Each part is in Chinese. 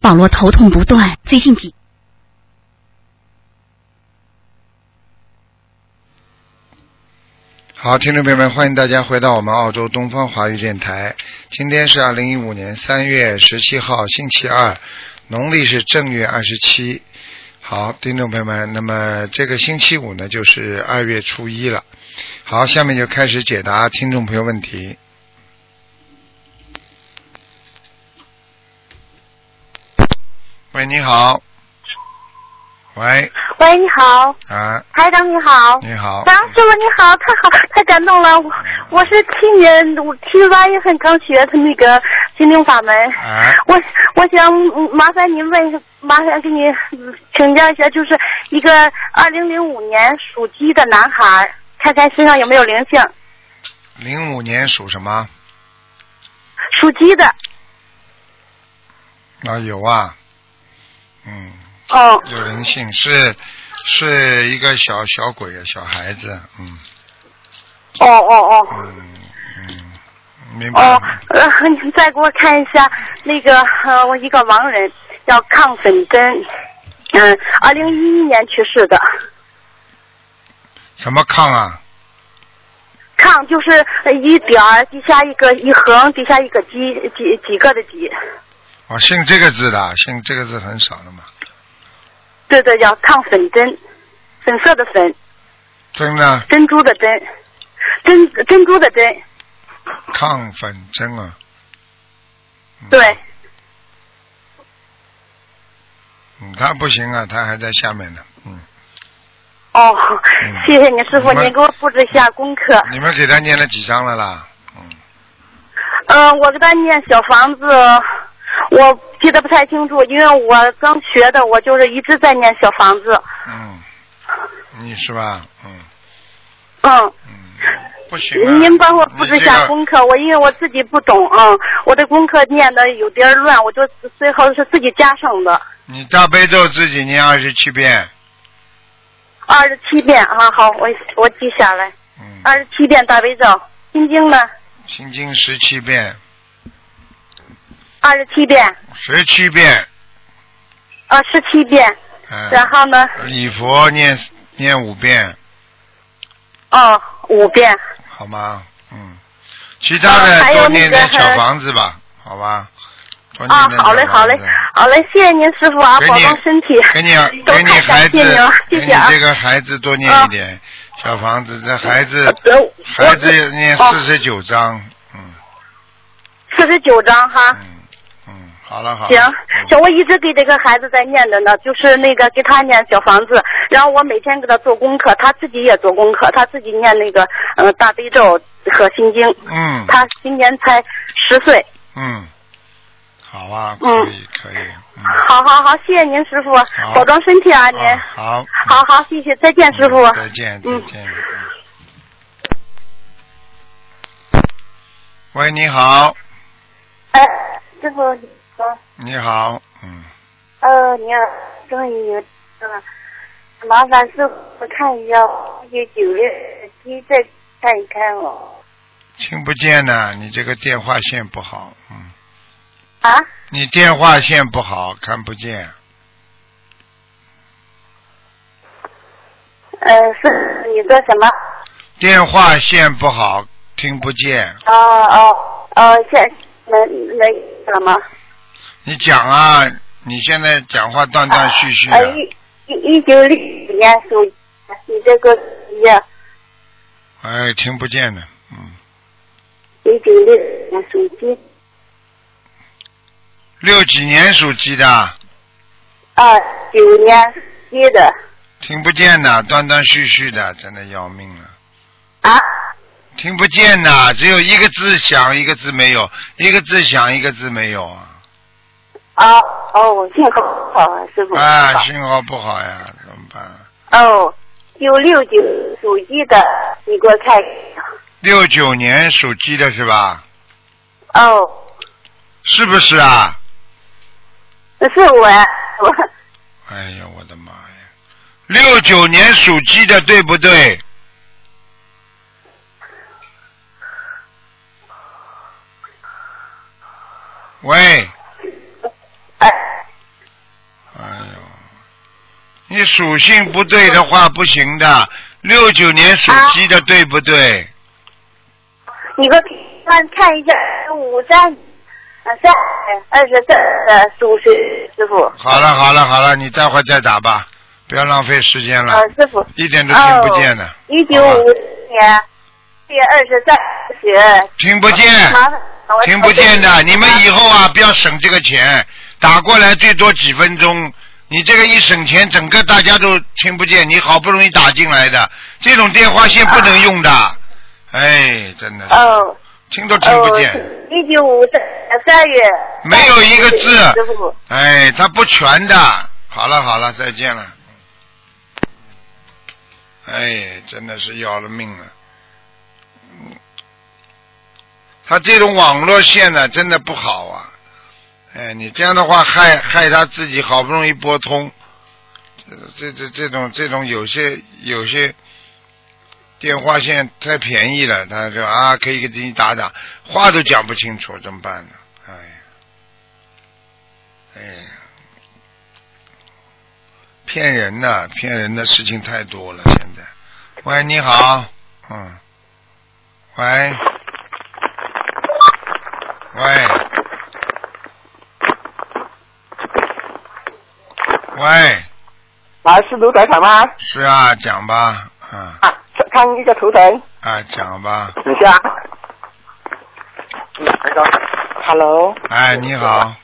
网络头痛不断，最近几。好，听众朋友们，欢迎大家回到我们澳洲东方华语电台。今天是二零一五年三月十七号，星期二，农历是正月二十七。好，听众朋友们，那么这个星期五呢，就是二月初一了。好，下面就开始解答听众朋友问题。喂，你好。喂，喂，你好，啊，台长你好，你好。啊，师傅你好，太好，太感动了，我我是去年我七十八月份刚学的那个心灵法门，啊，我我想嗯麻烦您问，麻烦给你嗯请教一下，就是一个二零零五年属鸡的男孩，看看身上有没有灵性，零五年属什么？属鸡的，啊，有啊，嗯，嗯，有人性，是是一个小小鬼啊，小孩子，嗯哦哦哦，嗯嗯，明白哦吗。，呃，您再给我看一下那个呃，我一个盲人叫抗粉针，嗯，二零一一年去世的。什么抗啊？抗就是呃一点儿底下一个一横，底下一个几几几个的几，哦，姓这个字的，姓这个字很少的嘛。对对，叫抗粉针，粉色的粉，真的珍珠的珍，珍珍珠的珍，抗粉针啊。嗯对，嗯，他不行啊，他还在下面呢。嗯，哦，谢谢您师傅，明白您给我布置一下功课。你们给他念了几张了啦？嗯，嗯、我给他念小房子，我记得不太清楚，因为我刚学的，我就是一直在念小房子。嗯，你是吧？嗯嗯，嗯，不行、啊。您帮我布你置一这下个功课，我因为我自己不懂啊、嗯，我的功课念的有点乱，我就最后是自己加上的你大悲咒自己念二十七遍，二十七遍啊。好，我我记下来，嗯，二十七遍大悲咒，心经呢心经十七遍，二十七遍，十七遍，啊十七遍，然嗯，后呢，礼佛念念五遍，哦五遍，好吗？嗯，其他啊还的有多念那个点小房子吧，好吧？多念啊点好嘞小好房嘞子好嘞，谢谢您师傅啊，给保你重身体，给你 都给你太孩感子谢您了，，谢给谢你啊。这个孩子多念一点小房子，这孩子呃我孩子要念哦四十九章，嗯四十九章哈。嗯嗯，好了好了，行嗯，行，我一直给这个孩子在念着呢，就是那个给他念小房子，然后我每天给他做功课，他自己也做功课，他自己念那个呃大悲咒和心经。嗯他今年才十岁。嗯，好啊，可嗯以可以，嗯。好好好，谢谢您师傅，好保重身体啊您。啊好，好好，谢谢，再见师傅。再见，再嗯见。喂，你好，哎，师傅，呃你好，嗯，呃，你好，终于有事了，麻烦师傅看一下一九六七再看一看我听不见呢，你这个电话线不好，嗯，啊，你电话线不好，看不见，呃，是你说什么？电话线不好，听不见，哦哦哦，现能能了吗？你讲啊，你现在讲话断断续续呃，的，一一一九六五年属你这个鸡呀，哎，听不见的，嗯，一九六五年属鸡六几年属鸡的，啊，九年鸡的听不见的，断断续续的，真的要命了。啊，听不见呐，只有一个字响，一个字没有，一个字响，一个字没有啊！哦哦，信号不好啊，师傅啊，信号不好呀，怎么办啊？哦，九六九属鸡的，你给我看一六九年属鸡的是吧？下。哦，是不是啊？是我，我哎呀，我的妈呀！六九年属鸡的对不对？喂，哎哎你属性不对的话不行的。六九年属鸡的对不对？你给我看看一下五三，呃三二十四呃属蛇师傅。好了好了好了，你待会儿再打吧，不要浪费时间了啊呃，，师傅。嗯一点都听不见哦的。。一九好吧五年四月二十三日。听不见，麻烦我听不见的。你们以后后啊，不要省这个钱，打过来最多几分钟。你这个一省钱，整个大家都听不见。你好不容易打进来的，这种电话线不能用的。哎，真的是，哦听都听不见。哦，一九五三三月没有一个字师傅，哎，它不全的。好了好了，再见了。哎，真的是要了命了。嗯，他这种网络线呢，真的不好啊。哎，你这样的话害害他自己好不容易拨通，这这这种这种有些有些电话线太便宜了，他说啊可以给你打打，话都讲不清楚，怎么办呢？哎呀。哎呀，骗人呐，骗人的事情太多了，现在。喂，你好，嗯，喂，喂，喂，来是卢台长吗？是啊，讲吧，啊啊，看一个图腾，啊，讲吧，等一下。Hello，哎，你好，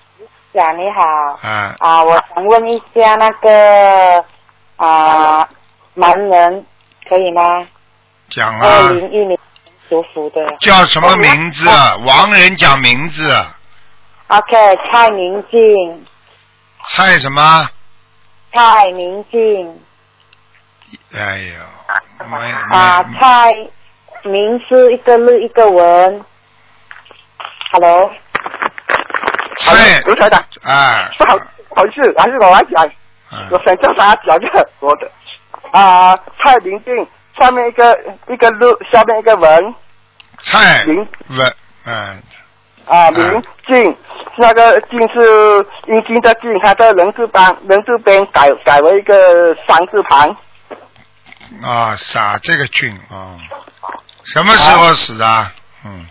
呀，你好。啊，啊，我想问一下那个啊，盲人可以吗？讲二啊，零一零属虎的。哦叫什么名字？啊王人讲名字，啊 OK，蔡明静，蔡什么？蔡明静哎呦，没啊，没蔡明是一个日一个文。Hello，蔡卢台长，哎，不好不好意思，还是我来讲，嗯我想叫他讲一下我的啊、蔡明静，上面一个一个路，下面一个文蔡明文，嗯，啊、明静，那个静是阴茎的静，他的人字旁人字边改改为一个三字旁，啊，傻这个俊啊，什么时候死的？嗯，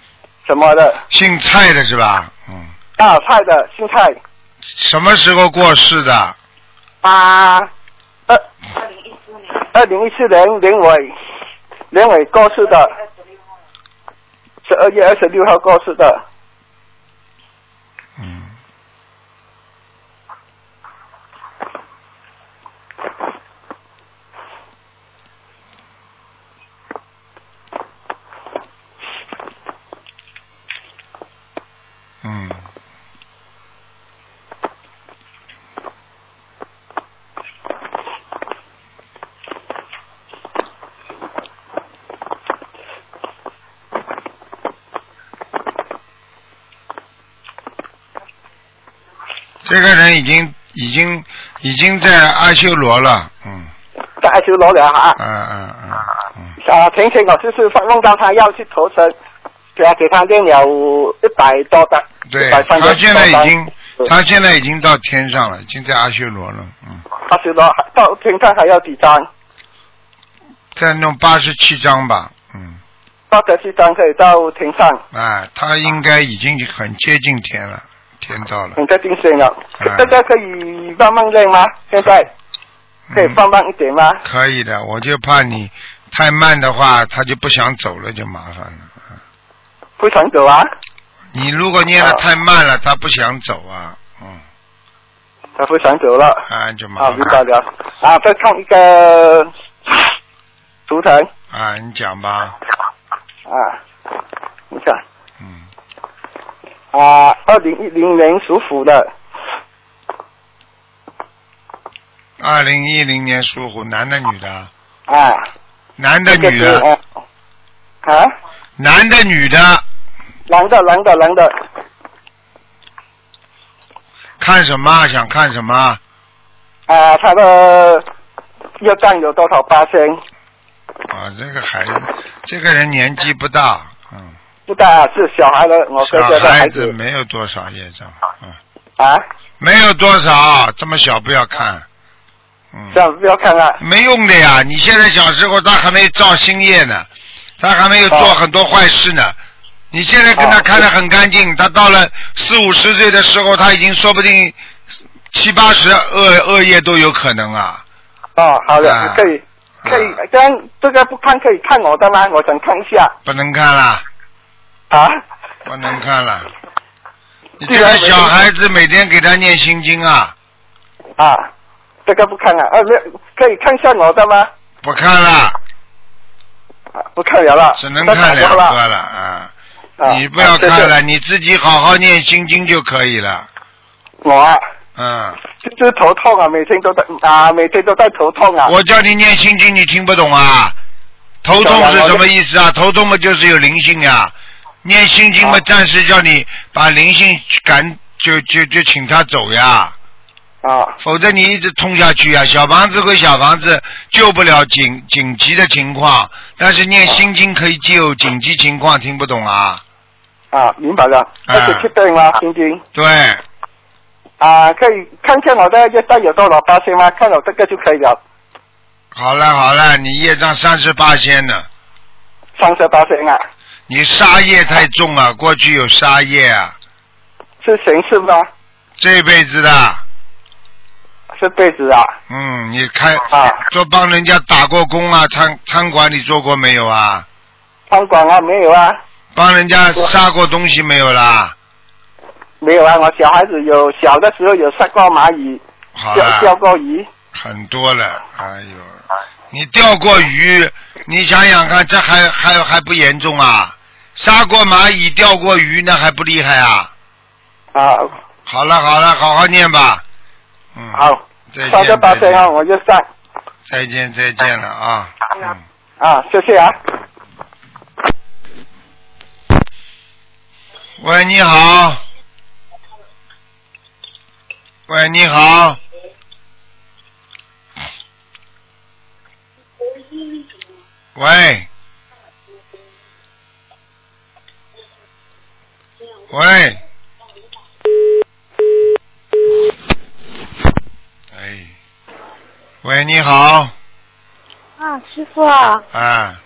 什么的姓蔡的是吧？嗯，啊蔡的姓蔡什么时候过世的？啊，二二零一四年年尾年尾过世的，十二月二十六号过世的。嗯，嗯，这个人已经已经已经在阿修罗了，嗯，在修罗啊了哈。嗯嗯嗯嗯，啊，前天我就是梦到他要去投诚，给他给他练了一百多单，对一百三他十现在已经对他现在已经到天上了，已经在阿修罗了，嗯，他修罗到天上还要几张？再弄八十七章吧，嗯，八十七张可以到天上，啊，他应该已经很接近天了，天到了，你在定性了。啊这个可以慢慢练吗？现在可以嗯放慢一点吗？可以的，我就怕你太慢的话，他就不想走了，就麻烦了。啊不想走啊？你如果念的太慢了，他不想走啊，嗯，他不想走了。啊就麻啊，烦明白了。啊，再看一个图腾啊，你讲吧，啊，你看嗯，啊，二零一零年属虎的。二零一零年属虎，男的女的啊？啊，男的这个女是的，啊啊，男的女的，男的男的男的，看什么？想看什么？啊，他的要占有多少八千？啊，这个孩子，这个人年纪不大，嗯，不大是小孩的，我哥小哥的孩子没有多少业障，嗯，啊，没有多少，这么小不要看，嗯这，样不要看啊。没用的呀！你现在小时候他还没造新业呢，他还没有做哦很多坏事呢。你现在跟他哦看得很干净，他到了四五十岁的时候，他已经说不定七八十恶恶业都有可能啊。哦，好的，啊可以，啊可以，这样这个不看可以看我的吗？我想看一下不能看了，啊。不能看了。你对这个啊我小孩子每天给他念心经啊，啊，这个不看了，啊，没有可以看一下我的吗？不看了，啊，不看了啦，只能都看打两掉了。个了啊。啊你不要看。啊了，你自己好好念心经就可以了。谢谢我啊，嗯，就就是头痛啊，每天都在啊，每天都在头痛啊。我叫你念心经，你听不懂啊？头痛是什么意思啊？头痛嘛就是有灵性啊。念心经嘛，啊暂时叫你把灵性赶，就就就请他走呀，啊否则你一直痛下去呀。小房子归小房子，救不了紧紧急的情况，但是念心经可以救紧急情况，听不懂啊？啊，明白了，那就去对吗？晶晶对，啊，可以看看我的月上有多少八千吗？看我这个就可以了，好了好了，你业障三十八仙呢。三十八千啊，你杀业太重啊，过去有杀业啊，是形式吗？这辈子的，是被子啊嗯，你开啊，做帮人家打过工啊，餐餐馆你做过没有啊？餐馆啊没有啊，帮人家杀过东西没有啦？没有啊，我小孩子有小的时候有杀过蚂蚁，好钓钓了，过鱼，很多了，哎呦，你钓过鱼，你想想看，这还还还不严重啊？杀过蚂蚁，钓过鱼，那还不厉害啊？啊，好了好了，好好念吧，嗯，好，再三十见八千啊，我就上再见再见了啊，嗯。啊，谢谢啊。喂，你好。喂，你好。喂。喂。哎。喂，你好。啊，师傅，师啊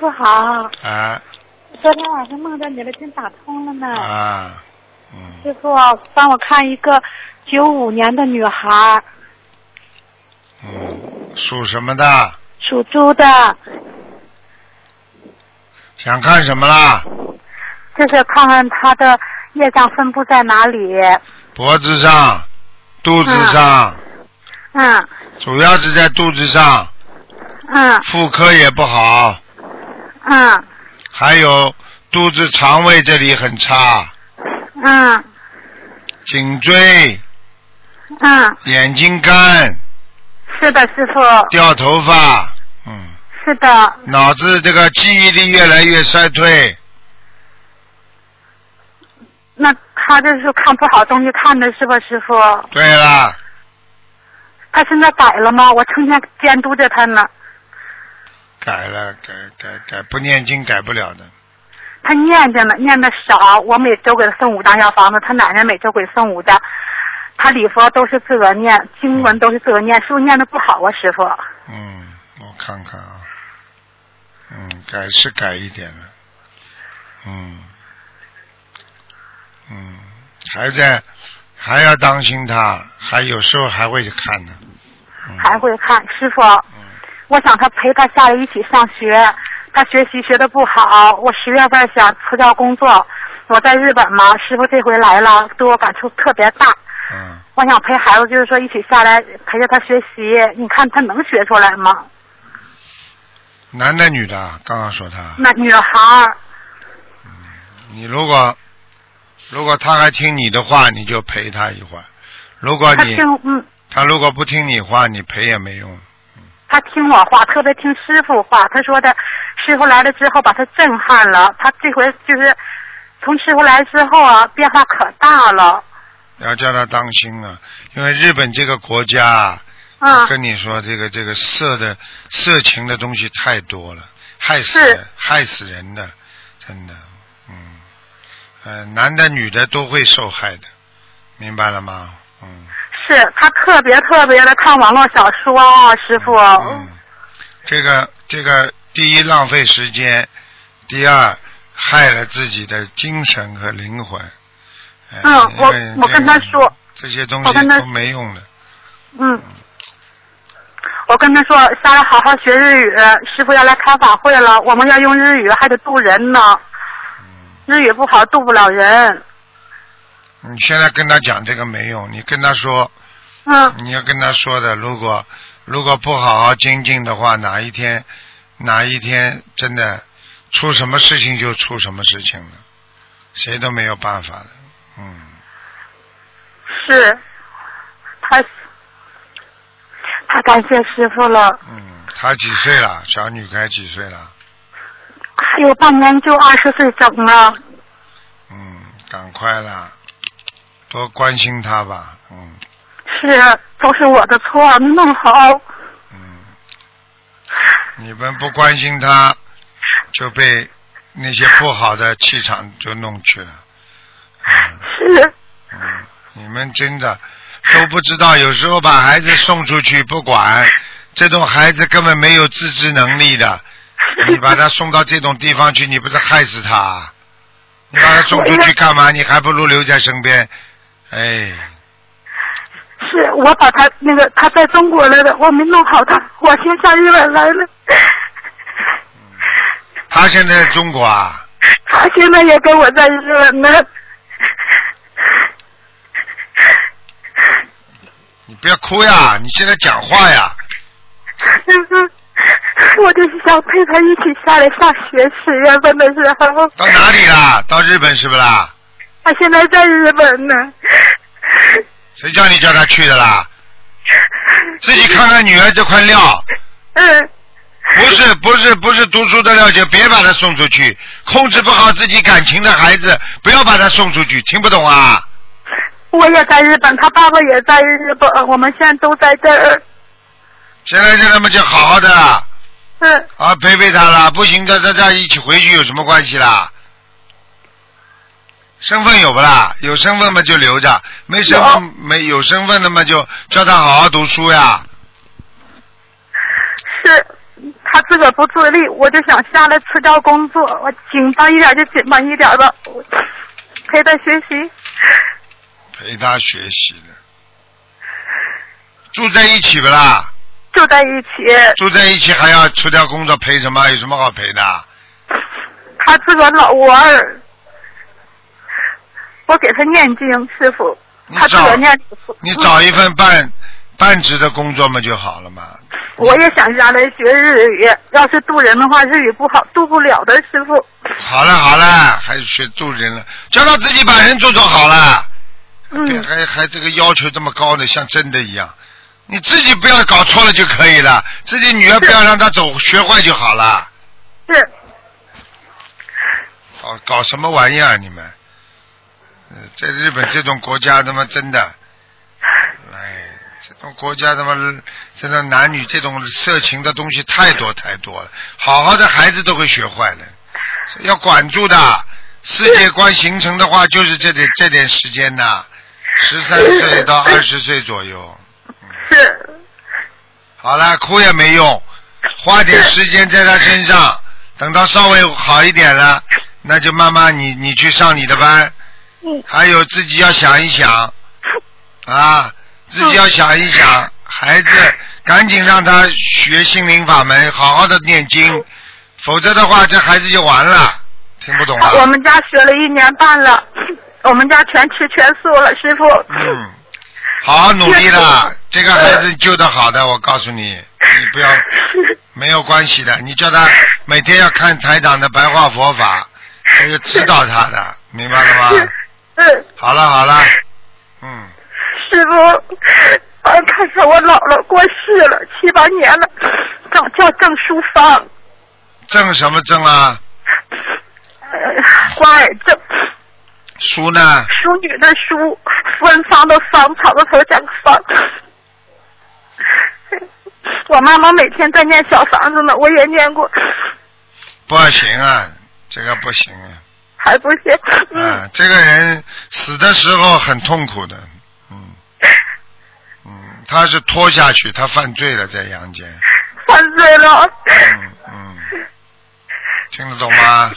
傅好！啊昨天晚上梦到你了，真打通了呢。啊！嗯，师傅，啊帮我看一个九五年的女孩，嗯，属什么的？属猪的，想看什么啦？就是看看她的业障分布在哪里。脖子上、肚子上，嗯主要是在肚子上，嗯妇科也不好，嗯还有肚子、肠胃这里很差，嗯颈椎、嗯，眼睛干、是的，师傅，掉头发，嗯，是的，脑子这个记忆力越来越衰退，那她就是看不好东西看的是吧，师傅？对啦，她现在改了吗？我成天监督着她呢。改了，改改改，不念经改不了的，他念着呢，念的少，我每周给他送五张小房子，他奶奶每周给送五张。他礼佛都是自个儿念，经文都是自个儿念，是不是念的不好啊，师傅？嗯，我看看啊，嗯，改是改一点了，嗯，嗯，还在，还要当心他，还有时候还会去看呢，嗯、还会看师傅，嗯，我想他陪他下来一起上学，他学习学的不好，我十月份想辞掉工作，我在日本嘛，师傅这回来了，对我感触特别大。嗯，我想陪孩子，就是说一起下来陪着他学习，你看他能学出来吗？男的女的啊，刚刚说他，那女孩儿，你如果如果他还听你的话，你就陪他一会儿；如果她啊你听嗯，他如果不听你话，你陪也没用。他听我话，特别听师傅话。他说的，师傅来了之后把他震撼了。他这回就是从师傅来之后啊，变化可大了。要叫他当心啊，因为日本这个国家啊，嗯我跟你说，这个这个色的色情的东西太多了，害死是人，害死人的，真的，嗯，呃，男的女的都会受害的，明白了吗？嗯，是他特别特别的看网络小说啊，师傅。嗯，这个这个，第一浪费时间，第二害了自己的精神和灵魂。哎嗯因我为我这跟个他说这些东我西跟他都没用的。嗯，我跟他说，下来好好学日语，师傅要来开法会了，我们要用日语，还得渡人呢。日语不好渡不了人。你现在跟他讲这个没用，你跟他说，嗯，你要跟他说的，如果如果不好好精进的话，哪一天哪一天真的出什么事情就出什么事情了，谁都没有办法的。嗯，是，他他感谢师傅了，嗯，他几岁了？小女该几岁了？还有哎半年就二十岁整了。嗯，赶快啦，多关心她吧。嗯是，都是我的错，没弄好。嗯，你们不关心她，就被那些不好的气场就弄去了。是，嗯，你们真的都不知道，有时候把孩子送出去不管，这种孩子根本没有自制能力的，你把他送到这种地方去，你不是害死他啊？你把他送出去干嘛？你还不如留在身边。哎，是我把他那个他在中国来的，我没弄好他，我先下日本来了。他现在在中国啊，他现在也跟我在日本呢。你不要哭呀，你现在讲话呀，我就是想陪他一起下来上学，十月份的时候，到哪里啦？到日本是不啦？他现在在日本呢。谁叫你叫他去的啦？自己看看女儿这块料。嗯，不是不是不是读书的料就别把他送出去，控制不好自己感情的孩子，不要把他送出去，听不懂啊？我也在日本，他爸爸也在日本，我们现在都在这儿。现在让他们就好好的啦嗯，啊，陪陪他啦，不行的大家一起回去有什么关系啦？身份有不啦？有身份嘛就留着，没身份没有身份的嘛就叫他好好读书呀。是他自个儿不自立，我就想下来辞掉工作，我紧绷一点就紧绷一点吧，我陪他学习。陪他学习的，住在一起不啦？就在一起，住在一起还要除掉工作陪什么？有什么好陪的啊？他自个儿老窝儿，我给他念经，师傅，你他自个找儿念经。你找一份半半职的工作嘛就好了嘛。我也想下来学日语，要是渡人的话，日语不好渡不了的，师傅。好了好了，还学做人了，叫他自己把人做做好了，别嗯，还还这个要求这么高的，像真的一样。你自己不要搞错了就可以了，自己女儿不要让她走学坏就好了。是搞哦搞什么玩意儿、啊、你们？呃在日本这种国家，他妈真的，哎，这种国家他妈这种男女这种色情的东西太多太多了，好好的孩子都会学坏的，要管住的。世界观形成的话，就是这点这点时间呐、十三岁到二十岁左右。是，好了，哭也没用，花点时间在他身上，等到稍微好一点了，那就慢慢你你去上你的班，嗯还有自己要想一想，啊，自己要想一嗯想，孩子赶紧让他学心灵法门，好好的念经，否则的话这孩子就完了，听不懂啊？我们家学了一年半了，我们家全吃全素了，师傅。嗯，好好努力 啦，这个孩子救得好的，我告诉你，你不要没有关系的，你叫他每天要看台长的白话佛法，这就指导他的，明白了 吗？嗯，好了好了，嗯，师傅，啊，看上我姥姥过世了，七八年了，叫叫郑淑芳，正什么正啊？呃，花儿郑，书呢？淑女的淑，芬芳的芳，草字头加个芳。我妈妈每天在念小房子呢，我也念过，不行啊，这个不行啊，还不行。嗯， 啊，这个人死的时候很痛苦的，嗯，他是拖下去，他犯罪了，在阳间。犯罪了，嗯嗯，听得懂吗？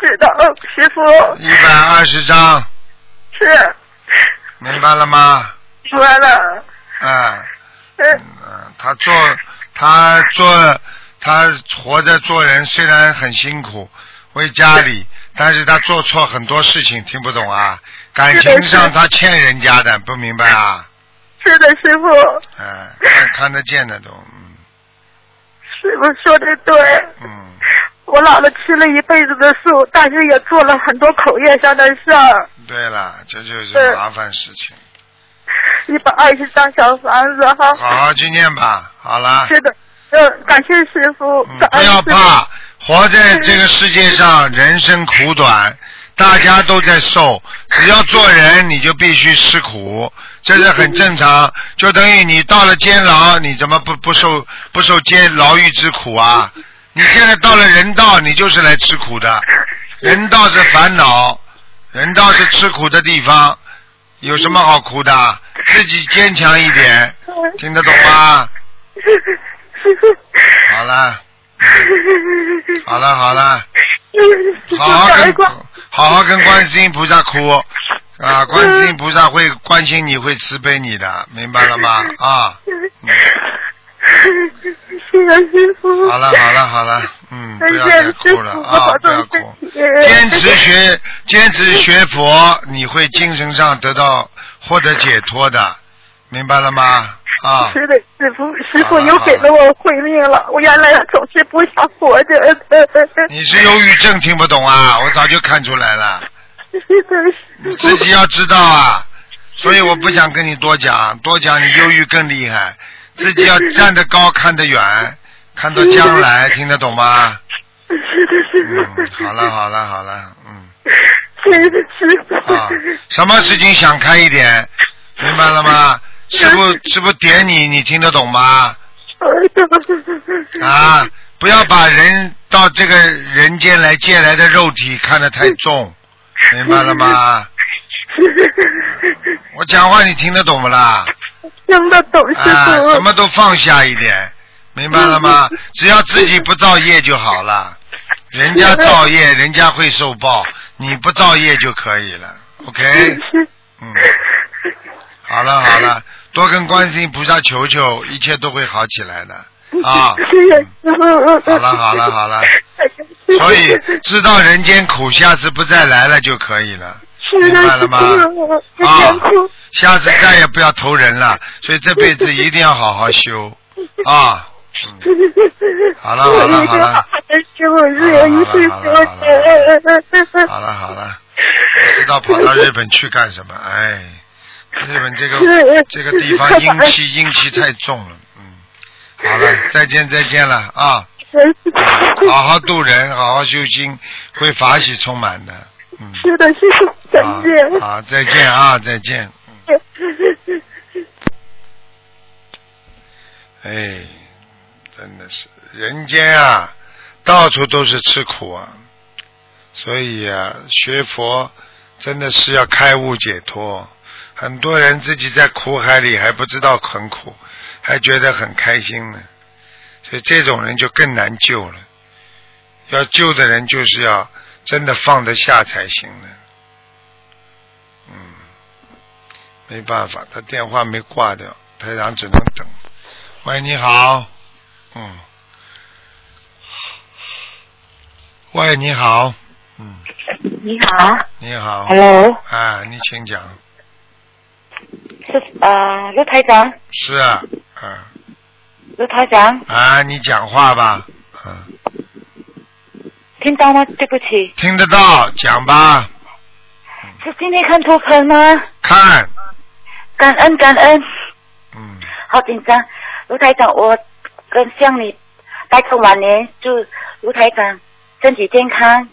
知道师傅一百二十张，是明白了吗？说了，啊，嗯嗯，他做他做他活着做人虽然很辛苦，为家里，但是他做错很多事情，听不懂啊？感情上他欠人家的，不明白啊？是的，师傅，嗯、看看得见的都，嗯师傅说的对。嗯，我姥姥吃了一辈子的素，但是也做了很多口业上的事儿。对了，这就是对麻烦事情。一百二十张小房子哈。好好去念吧，好了。是的，嗯，感谢师傅，嗯感，不恩要师怕傅。，活在这个世界上，人生苦短，大家都在受。只要做人，你就必须吃苦，这是很正常。就等于你到了监牢，你怎么不不受不受监牢狱之苦啊？你现在到了人道，你就是来吃苦的。人道是烦恼，人道是吃苦的地方，有什么好哭的？自己坚强一点，听得懂吗？好了。 好了好了，嗯好好跟好好跟观世音菩萨哭啊！观世音菩萨会关心你，会慈悲你的，明白了吗？啊，谢谢师傅。好了好了好了， 嗯，再不要见，再师哭傅，了啊保！不重要身哭，体。坚持学坚持学佛，你会精神上得到获得解脱的，明白了吗？ 啊，是的，师傅，师好傅了又给了我慧命了。我原来总是不想活着，呃呃呃，呃嗯你是忧郁症听不懂啊？我早就看出来了。是的，你自己要知道啊，所以我不想跟你多讲，多讲你忧郁更厉害。自己要站得高，看得远，看到将来，听得懂吗？是的，师嗯，傅。好了，好了，好了，嗯，谢谢师傅。啊，什么事情想开一点，明白了吗？师傅，师傅点你，你听得懂吗？呃啊，不要把人到这个人间来借来的肉体看得太重，明白了吗？我讲话你听得懂不啦？听得懂师啊，傅。什么都放下一点，明白了吗？只要自己不造业就好了，人家造业，人家会受报，你不造业就可以了。OK，嗯， 好了好了，多跟观世音菩萨求求，一切都会好起来 的啊。谢谢师傅。好了好了好 了，所以知道人间苦，下次不再来了就可以了。是啊明白的，了师吗啊傅，我天哭。下次再也不要投人了，所以这辈子一定要好好修啊！好了 好了好了师傅，日有一世好师了好了好了傅。好了好了，不知道跑到日本去干什么？哎，日本这个是这个地方阴气阴气太重了，嗯，好了，再见再见了啊！好好度人，好好修心，会法喜充满的，嗯，是的，师傅，再好见。好再见啊再见。哎，真的是人间啊，到处都是吃苦啊，所以啊，学佛真的是要开悟解脱。很多人自己在苦海里还不知道很苦，还觉得很开心呢，所以这种人就更难救了。要救的人就是要真的放得下才行呢。嗯，没办法，他电话没挂掉，台长只能等。喂，你好，嗯，喂，你好，嗯，你好你好， ，Hello，啊，你请讲，是啊，陆台长，是啊，啊陆台长，啊，你讲话吧，嗯、听到吗？对不起，听得到，讲吧，是今天看图腾吗？看，感恩感恩，嗯，好紧张。卢台长，我跟向你拜个晚年，祝卢台长身体健康，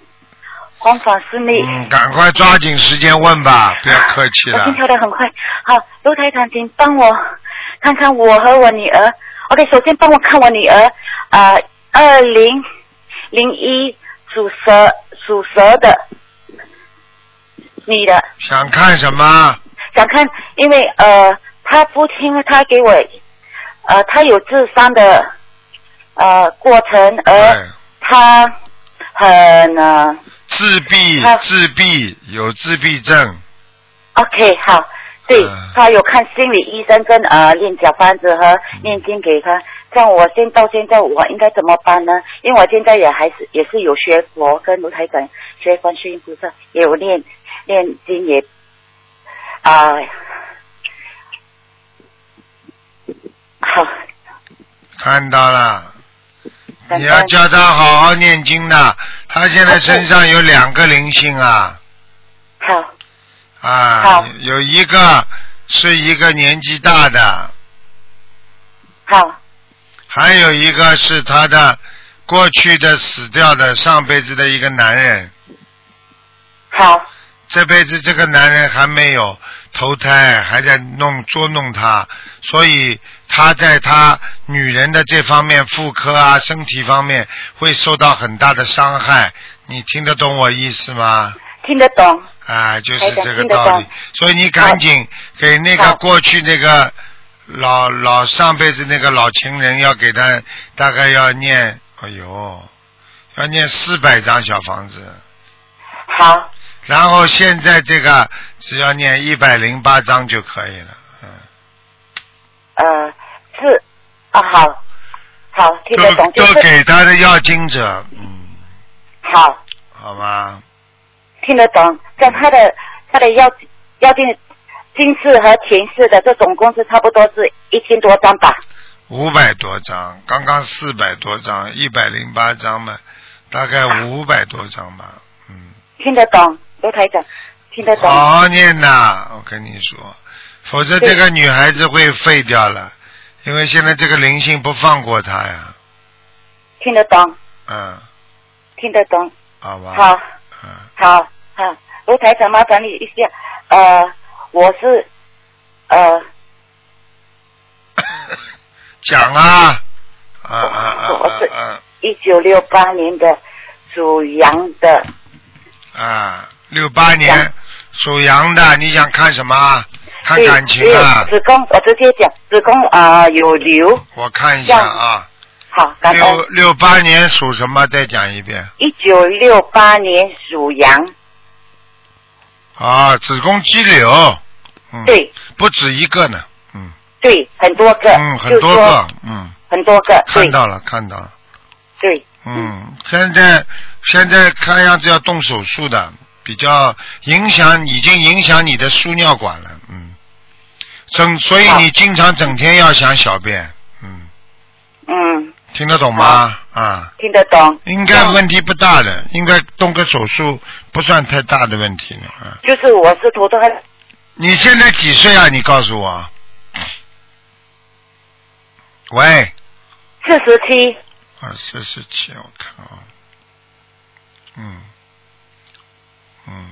弘法顺利。嗯，赶快抓紧时间问吧，不要客气我了 心，跳得很快。好，卢台长，请帮我看看我和我女儿。OK，首先帮我看我女儿，呃，二零零一属蛇属蛇的女的，想看什么？想看，因为呃他不听，他给我，呃，他有自杀的呃过程，而哎，他很呃自闭他，自闭，有自闭症， ，OK，好，对、嗯他有看心理医生跟呃练小方子和念经给他。像我现到现在，我应该怎么办呢？因为我现在也还是也是有学佛，跟卢台长学观世音菩萨，也有念念经也啊、好，看到了。感你要恩叫他好好念经的，他现在身上有两个灵性啊好。啊好，有一个是一个年纪大的，好，还有一个是他的过去的死掉的上辈子的一个男人，好，这辈子这个男人还没有投胎，还在弄捉弄他，所以他在他女人的这方面妇科啊、身体方面会受到很大的伤害。你听得懂我意思吗？听得懂。啊，就是台长这个听得道理懂。所以你赶紧给那个好过去那个老老上辈子那个老情人，要给他大概要念，哎呦，要念四百张小房子。好，然后现在这个只要念一百零八章就可以了，嗯，呃，是啊，好，好，听得懂，就都都是呃给他的要经者，嗯，好，好吗？听得懂。像他的他的要要定近视和前世的，这总共是差不多是一千多张吧？五百多章，刚刚四百多章，一百零八章嘛，大概五百多章吧，嗯，听得懂，卢台长，听得懂。好好念呐，我跟你说，否则这个女孩子会废掉了，因为现在这个灵性不放过她呀，听得懂，嗯，听得懂。好吧，好，嗯，好，好，卢台长，麻烦你一下，呃，我是呃，讲啊，啊哦啊啊我是啊啊一九六八年的属羊的。啊，六八年羊属羊的，你想看什么啊？看感情啊对？子宫，我直接讲，子宫啊、呃有瘤，我看一下啊，好，感六恩。六八年属什么？再讲一遍一九六八年属羊，啊，子宫肌瘤，嗯，，对不止一个呢，嗯对，很多个，嗯，很就多是说个，嗯，很多个，看对到了看到了，对，嗯，现在现在看样子要动手术的，比较影响，已经影响你的输尿管了，嗯，整所以好你经常整天要想小便，嗯。嗯，听得懂吗？啊，听得懂，应该问题不大的，应该动个手术不算太大的问题呢。啊，就是我是头痛，你现在几岁啊？你告诉我。喂，四十七，啊，四十七，我看啊，嗯，嗯，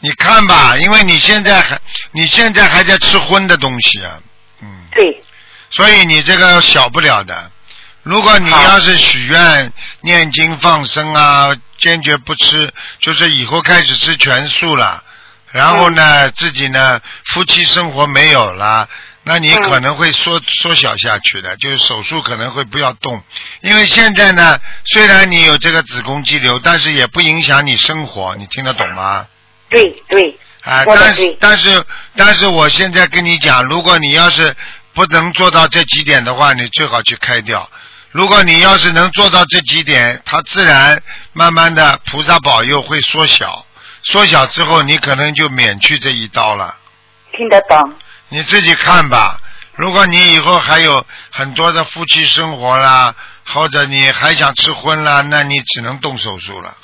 你看吧，因为你现在还你现在还在吃荤的东西啊，嗯。对，所以你这个小不了的。如果你好要是许愿、念经、放生啊，坚决不吃，就是以后开始吃全素了。然后呢，自己呢，夫妻生活没有了，那你嗯可能会缩、缩小下去的，就是手术可能会不要动，因为现在呢，虽然你有这个子宫肌瘤，但是也不影响你生活，你听得懂吗？对对，啊，我的但是对但是但是我现在跟你讲，如果你要是不能做到这几点的话，你最好去开掉。如果你要是能做到这几点，它自然慢慢的菩萨保佑会缩小，缩小之后你可能就免去这一刀了。听得懂，你自己看吧。如果你以后还有很多的夫妻生活啦，或者你还想吃荤啦，那你只能动手术了。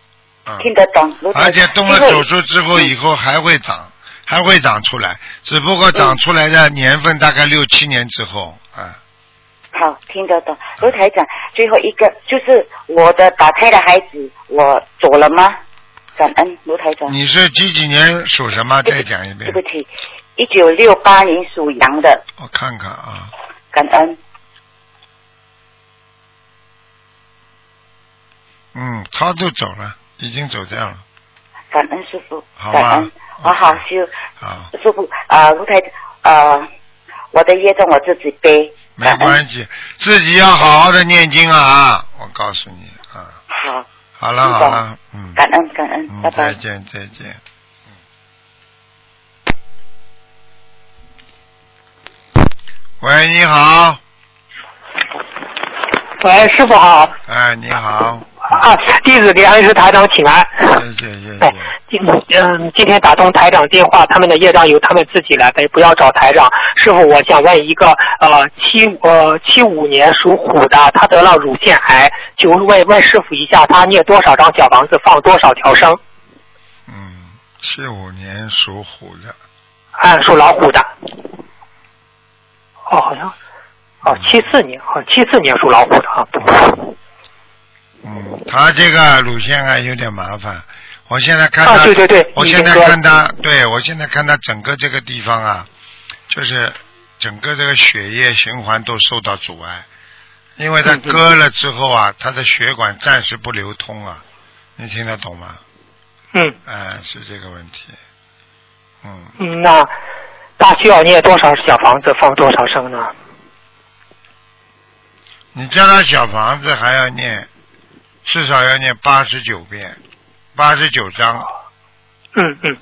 嗯。听得懂，卢台而且动了最后嗯手术之后，以后还会长，还会长出来，只不嗯过长出来的年份大概六七年之后，啊，嗯好，听得懂，卢台长，最后一个就是我的打胎的孩子，我走了吗？感恩卢台长。你是几几年属什哎么？再讲一遍对，不起，一九六八年属羊的，我看看啊，感恩。嗯，他就走了，已经走掉了，感恩师傅，好感吧恩，我好修，啊，师傅啊，卢台啊，我的业障我自己背。没关系，自己要好好的念经啊！我告诉你啊，好，好了好了，嗯感恩感恩，嗯，拜再拜。见再见。嗯喂，你好，喂，师傅好哎，你好，啊，弟子给恩师台长请安。谢谢谢哎谢，，今嗯，今天打通台长电话，他们的业障由他们自己来背，不要找台长。师傅，我想问一个，呃，七呃七五年属虎的，他得了乳腺癌，就问问师傅一下，他念多少张小房子，放多少条生？嗯，七五年属虎的，啊，属老虎的。哦，好像，哦，七四年，哦，七四年属老虎的啊。嗯，他这个乳腺癌有点麻烦。我现在看他，啊对对对我你现在这个看他，对我现在看他整个这个地方啊，就是整个这个血液循环都受到阻碍，因为他割了之后嗯啊，他的血管暂时不流通啊，你听得懂吗？嗯哎，是这个问题。嗯，嗯，那大需要念多少小房子，放多少生呢？你叫他小房子还要念，至少要念八十九遍，八十九章。嗯嗯。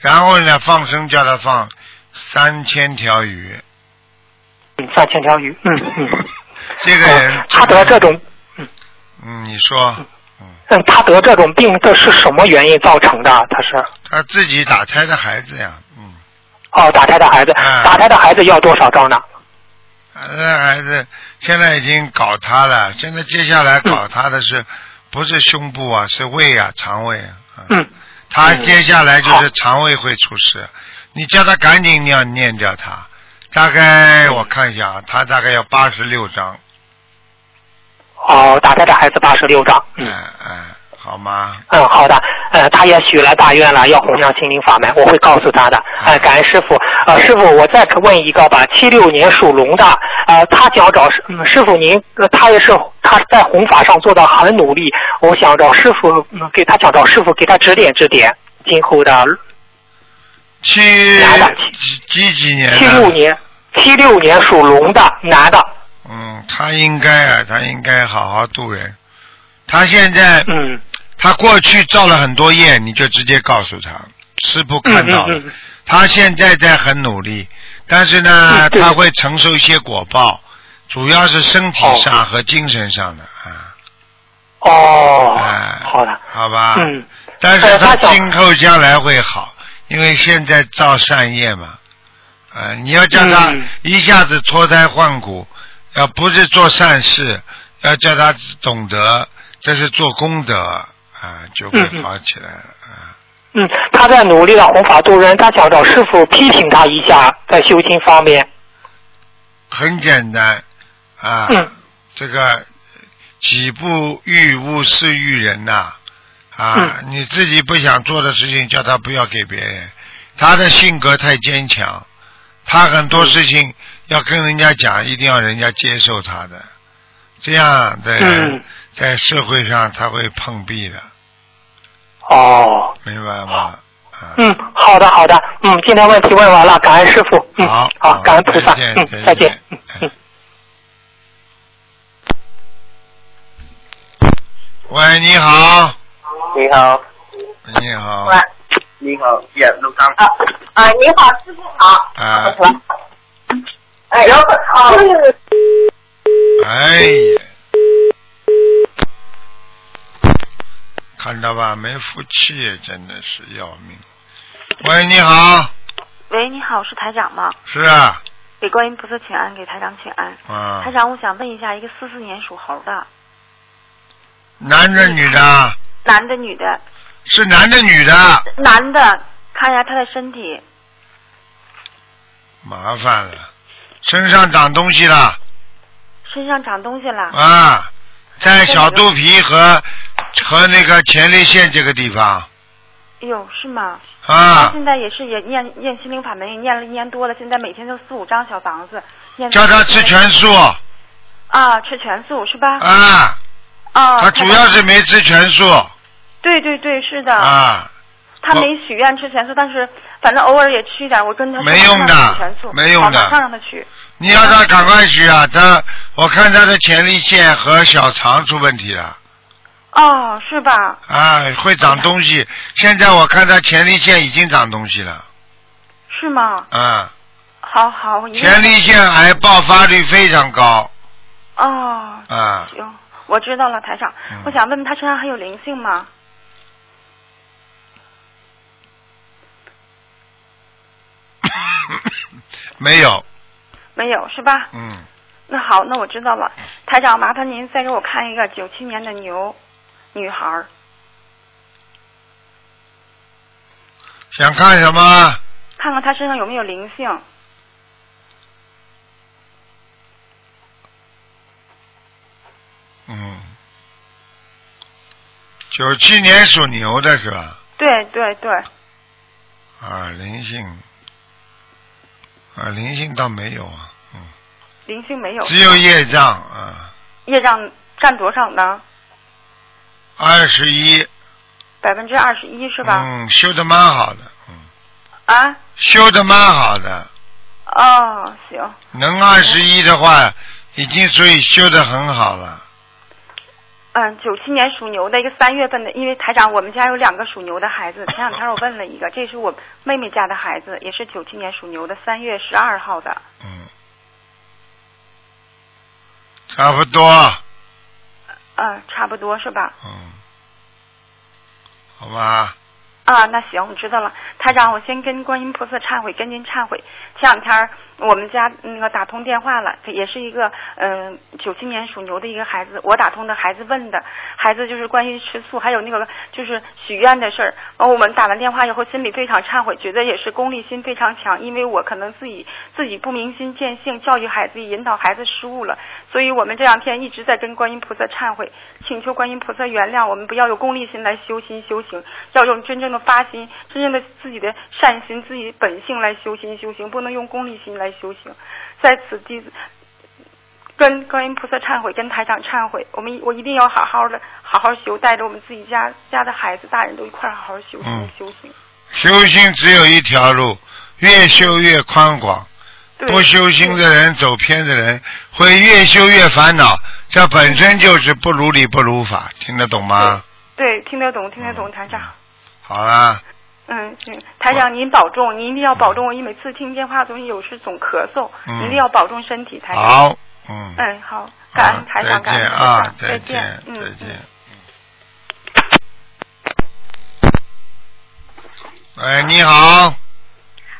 然后呢，放生叫他放三千条鱼。嗯，三千条鱼，嗯嗯，这个人哦，他得这种，嗯，你说嗯，他得这种病，这是什么原因造成的？他是他自己打胎的孩子呀，嗯，哦，打胎的孩子，嗯打胎的孩子要多少张呢？打胎的孩子现在已经搞他了，现在接下来搞他的是、不是胸部啊，是胃啊，肠胃啊，嗯，他接下来就是肠胃会出事，你叫他赶紧要念掉他，大概我看一下啊，他大概要八十六章，哦，打胎的孩子八十六张，嗯嗯嗯，好吗？嗯，好的，呃，他也许了大愿了，要弘扬心灵法门，我会告诉他的。呃，感恩师傅，呃，师傅，我再问一个吧，七六年属龙的，呃，他想找师、嗯、师傅您，呃他也是他在弘法上做的很努力，我想找师傅、嗯、给他想找师傅给他指点指点，今后的七男的几几几年的？七六年，七六年属龙的男的，嗯，他应该啊，他应该好好度人。他现在，嗯，他过去造了很多业，你就直接告诉他，师傅看到了。嗯嗯嗯他现在在很努力，但是呢， 嗯对他会承受一些果报，主要是身体上和精神上的啊。哦哎，好的，好吧。嗯。但是呃他他想今后将来会好，因为现在造善业嘛。啊、你要叫他嗯一下子脱胎换骨，要不是做善事，要叫他懂得这是做功德啊、就会好起来了啊、嗯，他在努力的弘法度人，他想找师傅批评他一下，在修心方面。很简单啊、嗯这个己不欲勿施于人呐啊嗯你自己不想做的事情，叫他不要给别人。他的性格太坚强，他很多事情要跟人家讲，一定要人家接受他的，这样的人、嗯在社会上他会碰壁的，哦，明白吗？啊，嗯，好的好的，嗯，今天问题问完了，感恩师傅，嗯，好好，，好感恩菩再萨，见嗯，再见，嗯嗯。喂，哎你好，你好，你好，你好，耶，陆刚，啊啊，你好，师傅好。啊，哎，然后啊，哎呀，看到吧，没福气，真的是要命。喂，你好，喂，你好，是台长吗？是啊，给观音菩萨请安，给台长请安。啊台，长，我想问一下，一个四四年属猴的，男的女的，男的女的？是男的女的，男的，看一下他的身体，麻烦了，身上长东西了身上长东西了，啊，在小肚皮和和那个前列腺这个地方哎呦，是吗？他啊，现在也是也念念心灵法门，也念了一年多了，现在每天就四五张小房子，念叫他吃全素啊，吃全素是吧？啊，啊，他主要是没吃全素对对对，是的，啊，他没许愿吃全素，但是反正偶尔也吃一点。我跟他说没用的让他吃全素没用的啊马上让他去。你要他赶快许啊，他我看他的前列腺和小肠出问题了。哦，是吧？啊，会长东西。现在我看他前列腺已经长东西了，是吗？啊，好好，我一定前列腺癌爆发率非常高，哦，啊，行，我知道了，台长。嗯我想问问他身上还有灵性吗？没有，没有，是吧？嗯，那好，那我知道了。台长，麻烦您再给我看一个九七年的牛女孩儿，想看什么？看看她身上有没有灵性。嗯，九七年属牛的是吧？对对对，啊，灵性，啊，灵性倒没有啊，灵性没有。只有业障啊，业障占多少呢？二十一，百分之二十一是吧？嗯，修的蛮好的，啊，修的蛮好的，哦，行，能二十一的话，已经所以修的很好了。嗯，九七年属牛的一个三月份的，因为台长，我们家有两个属牛的孩子，前两天我问了一个，这是我妹妹家的孩子，也是九七年属牛的，三月十二号的，嗯差不多，嗯，差不多是吧？嗯，好吧，啊，那行，我知道了。台长，我先跟观音菩萨忏悔，跟您忏悔。前两天儿我们家那个打通电话了，也是一个嗯九七年属牛的一个孩子，我打通的孩子问的，孩子就是关于吃素，还有那个就是许愿的事儿。然后我们打完电话以后，心里非常忏悔，觉得也是功利心非常强，因为我可能自己自己不明心见性，教育孩子、引导孩子失误了，所以我们这两天一直在跟观音菩萨忏悔，请求观音菩萨原谅我们，不要有功利心来修心修行，要用真正的发心、真正的自己的善心、自己本性来修心修行，不能用功利心来修行。在此弟子跟观音菩萨忏悔，跟台长忏悔，我们一我一定要好好的、好好修，带着我们自己家家的孩子、大人都一块儿好好修心、嗯修行。修心只有一条路，越修越宽广。对不修心的人，走偏的人，会越修越烦恼。这本身就是不如理不如法，听得懂吗？对，听得懂，听得嗯懂，台长。好啦，嗯，行，台长您保重，您一定要保重。我一每次听电话总有时总咳嗽，嗯您一定要保重身体，台长。好，嗯，嗯，好，感恩台再长，感见恩啊，台长再见，嗯再嗯见。哎，你好，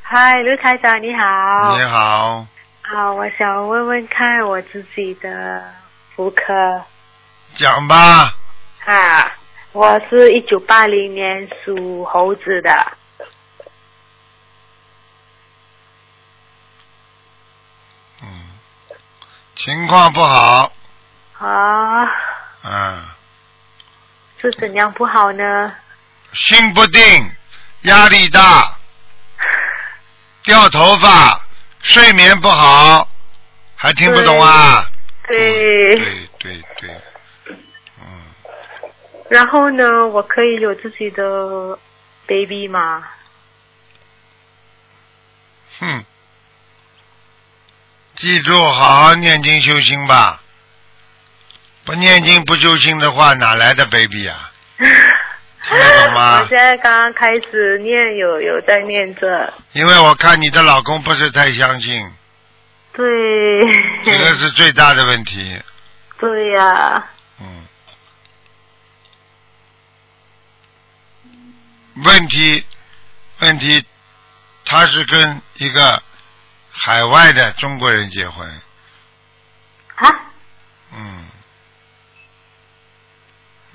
嗨，卢台长你好。你。好，好，我想问问看我自己的妇科讲吧，啊，我是一九八零年属猴子的，嗯情况不好，啊，嗯，是怎样不好呢？心不定，压力大，掉头发，睡眠不好，还听不懂啊？嗯对。对对对，然后呢，我可以有自己的 baby 吗？哼，记住好好念经修心吧。不念经不修心的话，哪来的 baby 啊？听得懂 我吗？现在刚刚开始念，有有在念着。因为我看你的老公不是太相信，对，这个是最大的问题。对呀、嗯，问题，问题，他是跟一个海外的中国人结婚。啊？嗯，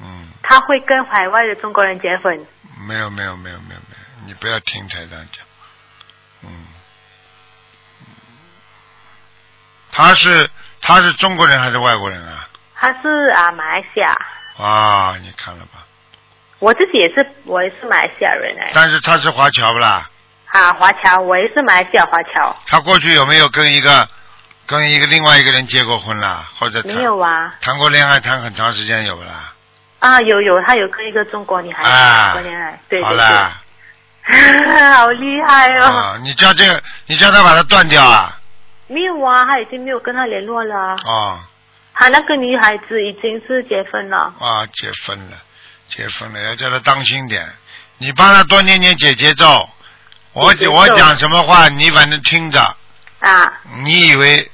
嗯，他会跟海外的中国人结婚。没有没有没有没有没有，你不要听台长讲。嗯，他是他是中国人还是外国人啊？他是啊，马来西亚，啊，你看了吧？我自己也是，我也是马来西亚人哎。但是他是华侨不啦？啊，华侨，我也是马来西亚华侨。他过去有没有跟一个跟一个另外一个人结过婚啦？或者没谈有啊，谈过恋爱谈很长时间有不啦？啊有有，他有跟一个中国女孩子啊谈过恋爱，对好对对，啦， 好厉害哦！啊，你叫这个，你叫他把它断掉啊？没有啊，他已经没有跟他联络了啊。啊他那个女孩子已经是结婚了。啊，结婚了，结婚了，要叫他当心点。你帮他多念念姐姐咒。我姐姐咒我讲什么话，你反正听着。啊你以为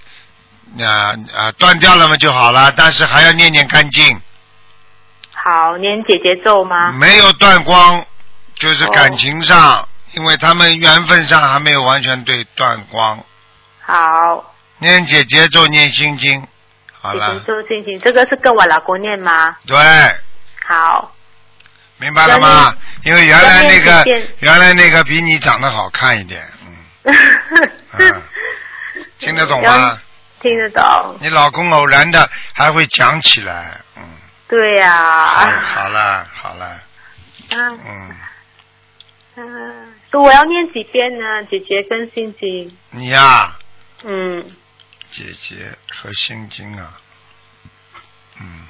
啊啊断掉了嘛就好了，但是还要念念干净，好，念姐姐咒吗？没有断光，就是感情上，因为他们缘分上还没有完全对断光。好，念姐姐咒，念心经，好姐姐了，咒进行，这个是跟我老公念吗？对，好，明白了吗？因为原来那要个念几遍原来那个比你长得好看一点， 嗯，嗯听得懂要吗？听得懂。你老公偶然的还会讲起来，嗯，对呀、啊，好了好了，嗯嗯。嗯，所以我要念几遍呢？姐姐跟心经，你呀、嗯，姐姐和心经啊，嗯，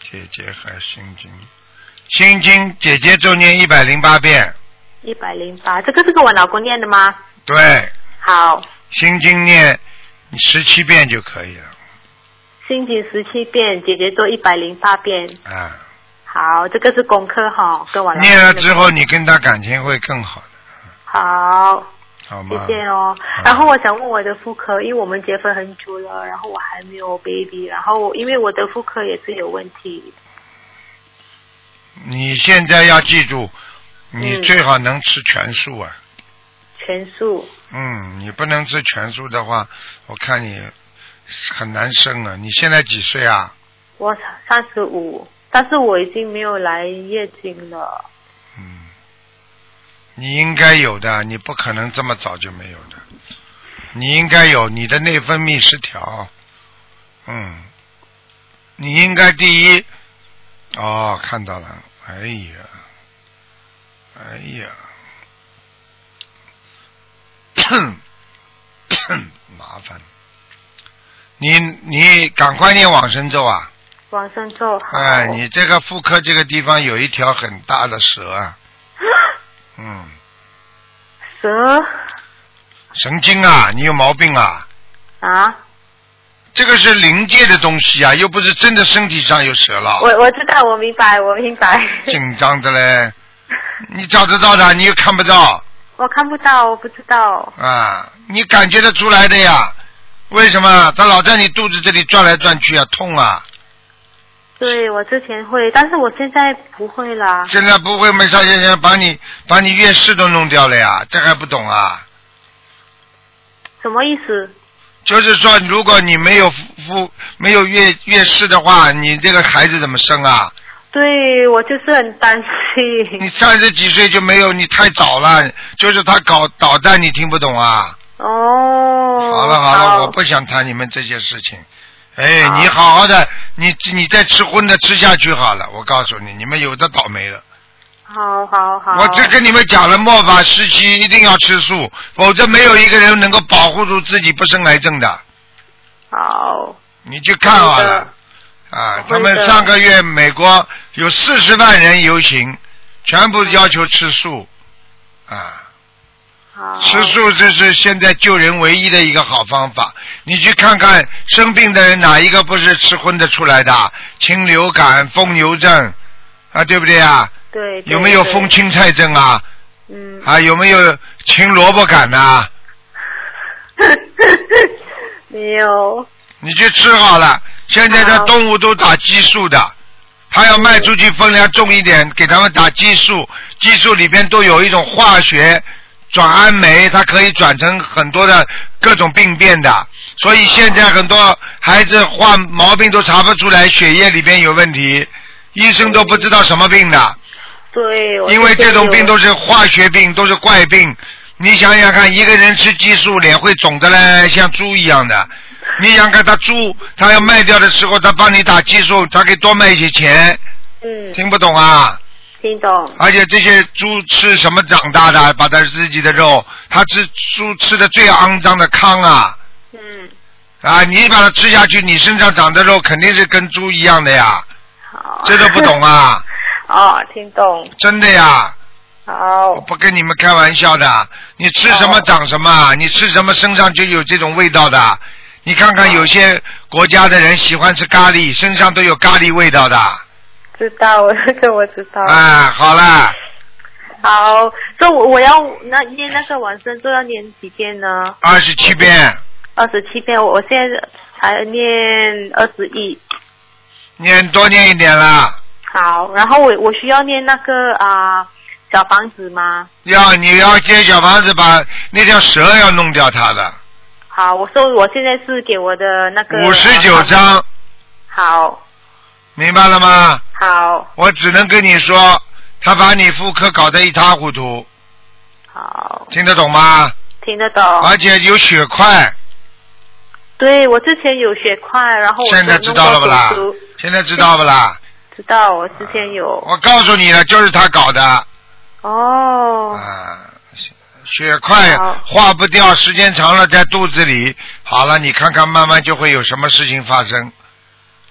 姐姐和心经，心经姐姐就念一百零八遍，一百零八，这个是跟我老公念的吗？对，好，心经念十七遍就可以了心经十七遍，姐姐做一百零八遍。啊。好，这个是功课哈，跟我老公念了的之后，你跟他感情会更好的，好。好谢吗？谢哦。然后我想问我的妇科，因为我们结婚很久了，然后我还没有 baby，然后我因为我的妇科也是有问题。你现在要记住，你嗯最好能吃全素啊。全素嗯，你不能吃全素的话，我看你很难生了。你现在几岁啊？我三十五，但是我已经没有来月经了。你应该有的，你不可能这么早就没有的。你应该有你的内分泌失调，嗯，你应该第一，哦，看到了，哎呀，哎呀， 咳咳麻烦，你你赶快念往生咒啊！往生咒好。哎，你这个妇科这个地方有一条很大的蛇啊，嗯，蛇神经啊，你有毛病啊！啊，这个是灵界的东西啊，又不是真的身体上有蛇了。我我知道，我明白，我明白。紧张的嘞，你找得到的，你又看不到我看不到，我不知道。啊，你感觉得出来的呀？为什么它老在你肚子这里转来转去啊，痛啊？对，我之前会，但是我现在不会啦。现在不会没少先生把你把你月事都弄掉了呀？这还不懂啊？什么意思？就是说，如果你没有夫夫没有月月事的话，你这个孩子怎么生啊？对我就是很担 心。你三十几岁就没有，你太早了。就是他搞捣蛋，你听不懂啊？哦。好了好了，我不想谈你们这些事情。哎，你好好的，你你再吃荤的吃下去好了。我告诉你，你们有的倒霉了。好好好。我这跟你们讲了，末法时期一定要吃素，否则没有一个人能够保护住自己不生癌症的。好。你去看好了。啊，他们上个月美国有四十万人游行，全部要求吃素，啊，好。吃素这是现在救人唯一的一个好方法。你去看看生病的人哪一个不是吃荤的出来的？禽流感、疯牛症啊，对不对啊？对。对有没有对疯青菜症啊？嗯。啊，有没有禽萝卜感啊呐、没有。你去吃好了。现在啊的动物都打激素的，它要卖出去分量重一点，给他们打激素。激素里边都有一种化学转氨酶，它可以转成很多的各种病变的。所以现在很多孩子患毛病都查不出来，血液里边有问题，医生都不知道什么病的。对。我因为之前这种病有都是化学病，都是怪病。你想想看，一个人吃激素，脸会肿的嘞，像猪一样的。 你想看他猪，他要卖掉的时候，他帮你打激素，他可以多卖一些钱。嗯。听不懂啊？听懂。而且这些猪吃什么长大的？把它自己的肉，它吃猪吃的最肮脏的糠啊！嗯。啊，你把它吃下去，你身上长的肉肯定是跟猪一样的呀。这都不懂啊！ 哦，听懂。真的呀，好我，不跟你们开玩笑的。你吃什么长什么，啊你吃什么身上就有这种味道的。你看看有些国家的人喜欢吃咖喱，身上都有咖喱味道的。知道，我这个我知道。啊，好了，好，这我我要那念那个往生咒要念几遍呢？二十七遍二十七遍，我我现在才念二十一。念多念一点啦。好，然后我我需要念那个啊、小房子吗？要你要接小房子，把那条蛇要弄掉它的好，我说我现在是给我的那个五十九。章，好，明白了吗？好，我只能跟你说，他把你妇科搞得一塌糊涂。好。听得懂吗？听得懂。而且有血块，对我之前有血块，然后我现在知道了不啦就弄过手术？现在知道不啦？知道，我之前有。我告诉你了，就是他搞的哦，啊。血块好化不掉，时间长了在肚子里，好了，你看看，慢慢就会有什么事情发生。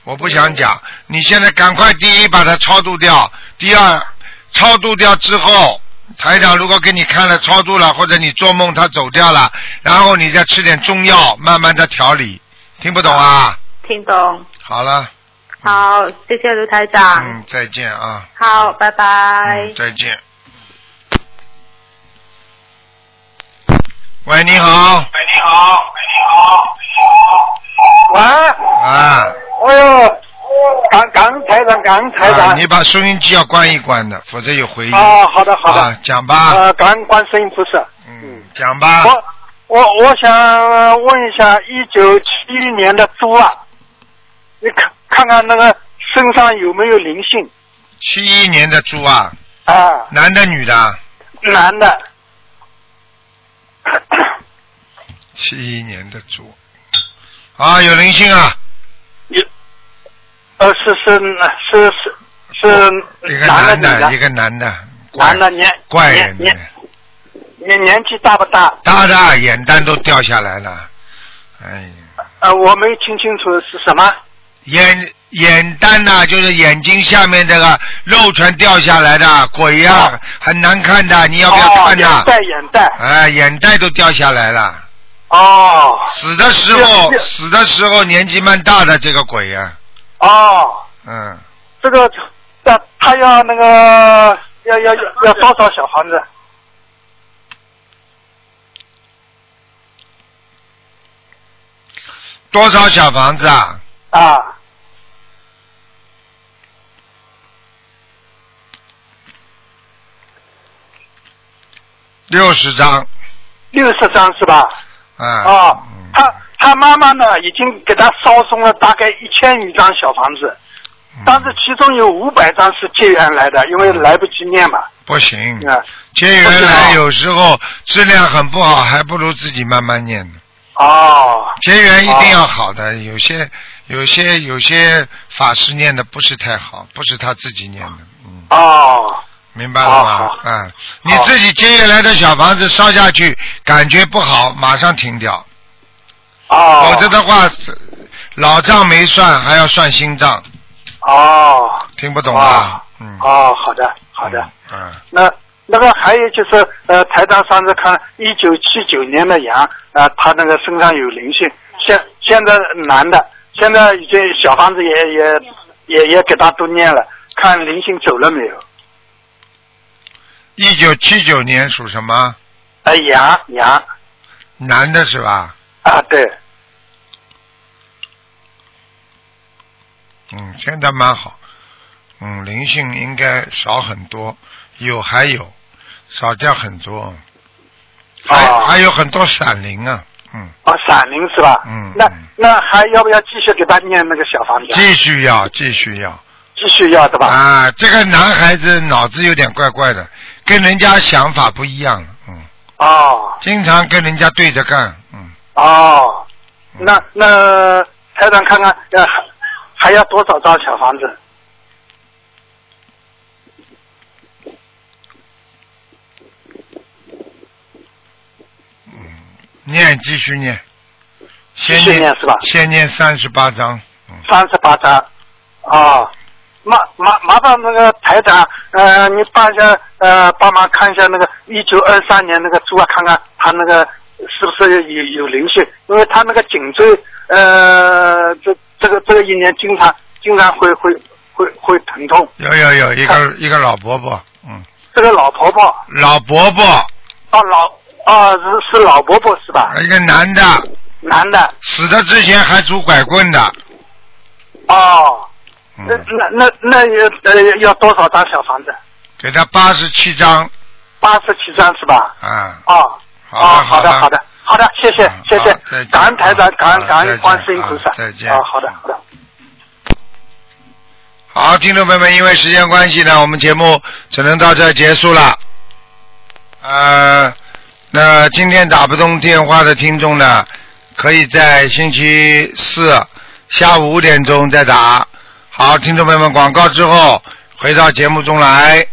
我不想讲，你现在赶快第一把它超度掉，第二超度掉之后，台长如果给你看了超度了，或者你做梦他走掉了，然后你再吃点中药，慢慢的调理。听不懂啊？听懂。好了，好，谢谢卢台长。嗯，再见啊。嗯好，拜拜。再见。喂，你好。喂，你好，喂，啊哎呦，港港台长，港台啊，长你。把收音机要关一关的，否则有回音。啊，好的好啊的，，讲吧，嗯呃，感恩观世音菩萨。讲吧。我我我想问一下，一九七一年的猪啊，你看看看那个身上有没有灵性七一年的猪啊，啊？男的女的？男的，七一年的猪，啊，有灵性啊，呃，是是是是一是个男的女哦的，一的，个男的，怪男的年怪人年的，年年纪大不大？大大眼蛋都掉下来了，哎呀。呃，我没听清楚是什么。眼眼丹呐、就是眼睛下面这个肉全掉下来的，鬼呀、很难看的，你要不要看呐、啊哦眼袋眼袋哎，眼袋都掉下来了。哦死的时候是，是死的时候年纪蛮大的这个鬼呀、哦，嗯，这个他他要那个要要要要多少小房子？多少小房子啊？啊，六十张六十张是吧？啊。哦，他他妈妈呢，已经给他烧送了大概一千余张小房子，嗯但是其中有五百张是借缘来的，因为来不及念嘛。不行，啊，结缘来有时候质量很不好，还不如自己慢慢念呢。哦，结缘一定要好的，有些有些有些法师念的不是太好，不是他自己念的，嗯哦，明白了吗？啊，你自己接下来的小房子烧下去，感觉不好，马上停掉。哦，否则的话，老账没算，还要算新账，哦，听不懂啊？哦，好的，好的。嗯，那那个还有就是，呃，台长上次看一九七九年的羊，啊，他那个身上有灵性，现现在男的，现在已经小房子也也也也给他都念了，看灵性走了没有？一九七九年属什么？哎，羊羊男的是吧？啊，对，嗯，现在蛮好。嗯，灵性应该少很多，有还有，少掉很多，还、还有很多闪灵啊。嗯，哦，闪灵是吧？嗯那那还要不要继续给他念那个小房子啊？继续要，继续要。继续要对吧？啊，这个男孩子脑子有点怪怪的，跟人家想法不一样，嗯，哦经常跟人家对着干，嗯，哦，那那台长看看，呃，还要多少张小房子？念继续念，先继续念是吧先念三十八章，嗯三十八张。哦，麻麻麻烦那个台长，呃，你帮一下，呃，帮忙看一下那个一九二三年那个猪啊，看看它那个是不是有有灵性，因为它那个颈椎，呃，这这个这个一年经常经常会会会会疼痛。有有有一个一个老伯伯，嗯，这个老婆婆，老伯伯，啊老啊是是老伯伯是吧？啊一个男的，男的，死的之前还拄拐棍的，哦，嗯那那那那要呃要多少张小房子？给他八十七张，八十七张是吧？啊，哦，好哦，好嗯好的，好的，好的，谢谢，谢谢再见，感恩台长，感恩啊感再恩见观世音菩萨啊，再见哦，好的，好的。好，听众朋友们，因为时间关系呢，我们节目只能到这儿结束了。呃，那今天打不通电话的听众呢，可以在星期四下午五点钟再打。好，听众朋友们，广告之后回到节目中来。